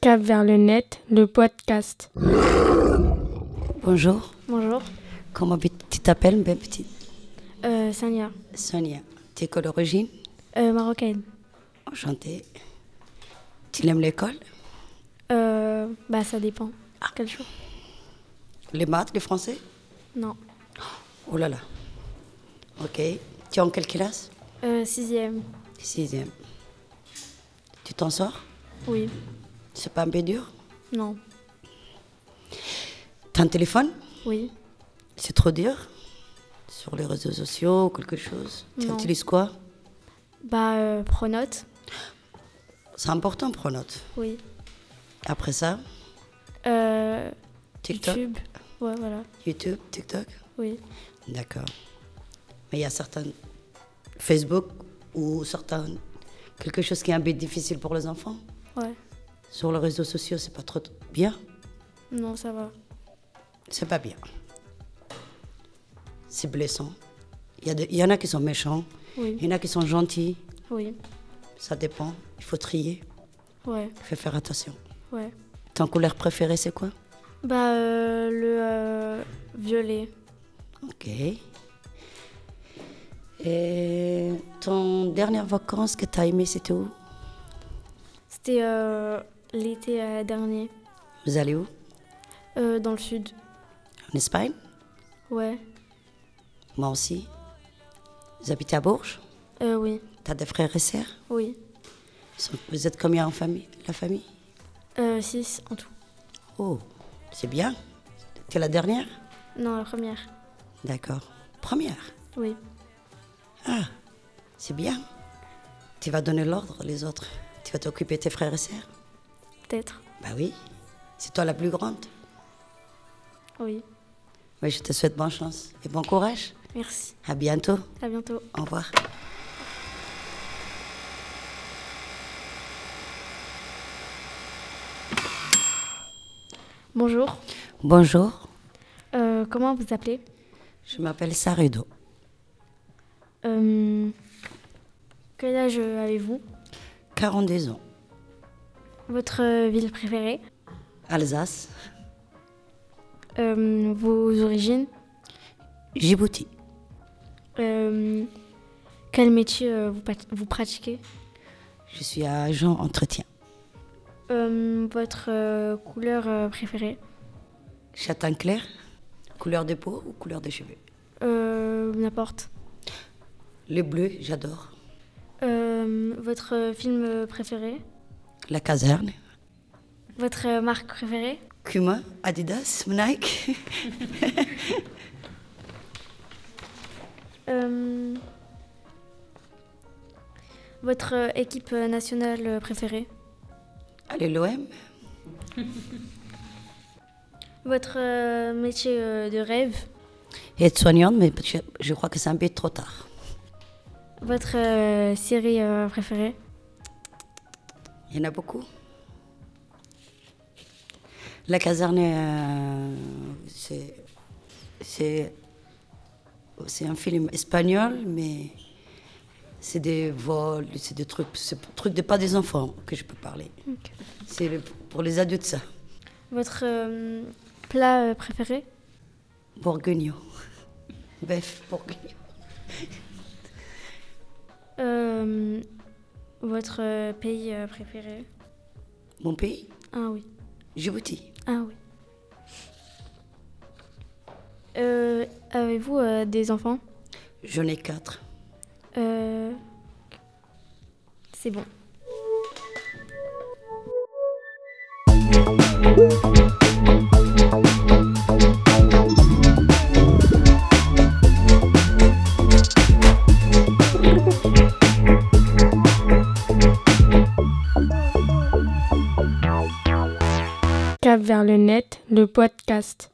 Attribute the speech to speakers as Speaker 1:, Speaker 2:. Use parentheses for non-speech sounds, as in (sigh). Speaker 1: Cap vers le net, le podcast.
Speaker 2: Bonjour,
Speaker 1: Bonjour,
Speaker 2: comment pe- tu t'appelles, ma petite
Speaker 1: euh, Sania,
Speaker 2: Sonia. Tu es quelle origine
Speaker 1: euh, marocaine.
Speaker 2: Enchantée. Tu aimes l'école
Speaker 1: Euh, bah ça dépend. Quel jour
Speaker 2: Les maths, les français
Speaker 1: Non.
Speaker 2: Oh là là. Ok. Tu es en quelle classe
Speaker 1: Euh, sixième,
Speaker 2: Sixième. Tu t'en sors
Speaker 1: oui.
Speaker 2: C'est pas un peu dur
Speaker 1: Non,
Speaker 2: T'as un téléphone
Speaker 1: oui.
Speaker 2: C'est trop dur Sur les réseaux sociaux, quelque chose Tu
Speaker 1: Non.
Speaker 2: utilises quoi
Speaker 1: Bah euh, pronote,
Speaker 2: C'est important, Pronote.
Speaker 1: oui.
Speaker 2: Après ça,
Speaker 1: Euh,
Speaker 2: TikTok, YouTube,
Speaker 1: YouTube, ouais voilà,
Speaker 2: TikTok.
Speaker 1: oui.
Speaker 2: D'accord. Mais il y a certains Facebook ou certains quelque chose qui est un peu difficile pour les enfants.
Speaker 1: Ouais,
Speaker 2: Sur les réseaux sociaux, c'est pas trop bien.
Speaker 1: non ça va.
Speaker 2: C'est pas bien. C'est blessant. Il y, a de- il y en a qui sont méchants,
Speaker 1: Oui.
Speaker 2: il y en a qui sont gentils.
Speaker 1: Oui,
Speaker 2: Ça dépend. Il faut trier.
Speaker 1: ouais,
Speaker 2: Il faut faire attention.
Speaker 1: ouais.
Speaker 2: Ton couleur préférée, c'est quoi
Speaker 1: Bah euh, le euh, violet,
Speaker 2: Ok. Et ton dernière vacances que tu as aimé, c'était où
Speaker 1: c'était euh, l'été euh, dernier,
Speaker 2: Vous allez où
Speaker 1: euh, dans le sud.
Speaker 2: En Espagne
Speaker 1: Ouais,
Speaker 2: Moi aussi. Vous habitez à Bourges
Speaker 1: euh, oui,
Speaker 2: T'as des frères et sœurs
Speaker 1: oui.
Speaker 2: Ils sont- Vous êtes combien en famille La famille
Speaker 1: Euh, six en tout.
Speaker 2: Oh, c'est bien. T'es la dernière
Speaker 1: Non, la première,
Speaker 2: D'accord. Première
Speaker 1: oui.
Speaker 2: Ah, c'est bien. Tu vas donner l'ordre les autres. Tu vas t'occuper de tes frères et sœurs
Speaker 1: Peut-être,
Speaker 2: Bah oui. C'est toi la plus grande.
Speaker 1: oui.
Speaker 2: Mais je te souhaite bonne chance et bon courage.
Speaker 1: Merci,
Speaker 2: À bientôt.
Speaker 1: à bientôt.
Speaker 2: Au revoir.
Speaker 1: Bonjour,
Speaker 2: Bonjour.
Speaker 1: euh, comment vous appelez
Speaker 2: Je m'appelle Sarudo.
Speaker 1: Euh, Quel âge avez-vous
Speaker 2: 42 ans.
Speaker 1: Votre euh, ville préférée
Speaker 2: Alsace.
Speaker 1: Euh, Vos origines
Speaker 2: Djibouti.
Speaker 1: Euh, Quel métier euh, vous, pat- vous pratiquez
Speaker 2: Je suis agent entretien.
Speaker 1: Euh, Votre euh, couleur euh, préférée
Speaker 2: Châtain clair, couleur de peau ou couleur de cheveux
Speaker 1: Euh, N'importe.
Speaker 2: Le bleu, j'adore.
Speaker 1: Euh, votre euh, film euh, préféré
Speaker 2: La caserne.
Speaker 1: Votre euh, marque préférée
Speaker 2: Kuma, Adidas, Nike. (laughs)
Speaker 1: Euh, Votre euh, équipe euh, nationale euh, préférée
Speaker 2: Allez, l'OM.
Speaker 1: Votre euh, métier euh, de rêve
Speaker 2: Être soignante, mais je, je crois que c'est un peu trop tard.
Speaker 1: Votre euh, série euh, préférée
Speaker 2: Il y en a beaucoup. La caserne, euh, c'est. C'est. C'est un film espagnol, mais. C'est des vols, c'est des trucs. C'est des trucs de pas des enfants que je peux parler. C'est le- pour les adultes, ça.
Speaker 1: Votre euh, plat euh, préféré
Speaker 2: Bourguignon. Bœuf bourguignon.
Speaker 1: Euh, Votre euh, pays euh, préféré
Speaker 2: Mon pays,
Speaker 1: Ah oui.
Speaker 2: Djibouti.
Speaker 1: Ah oui. Euh, Avez-vous euh, des enfants
Speaker 2: J'en ai quatre.
Speaker 1: Euh, C'est bon.
Speaker 3: Cap vers le net, le podcast.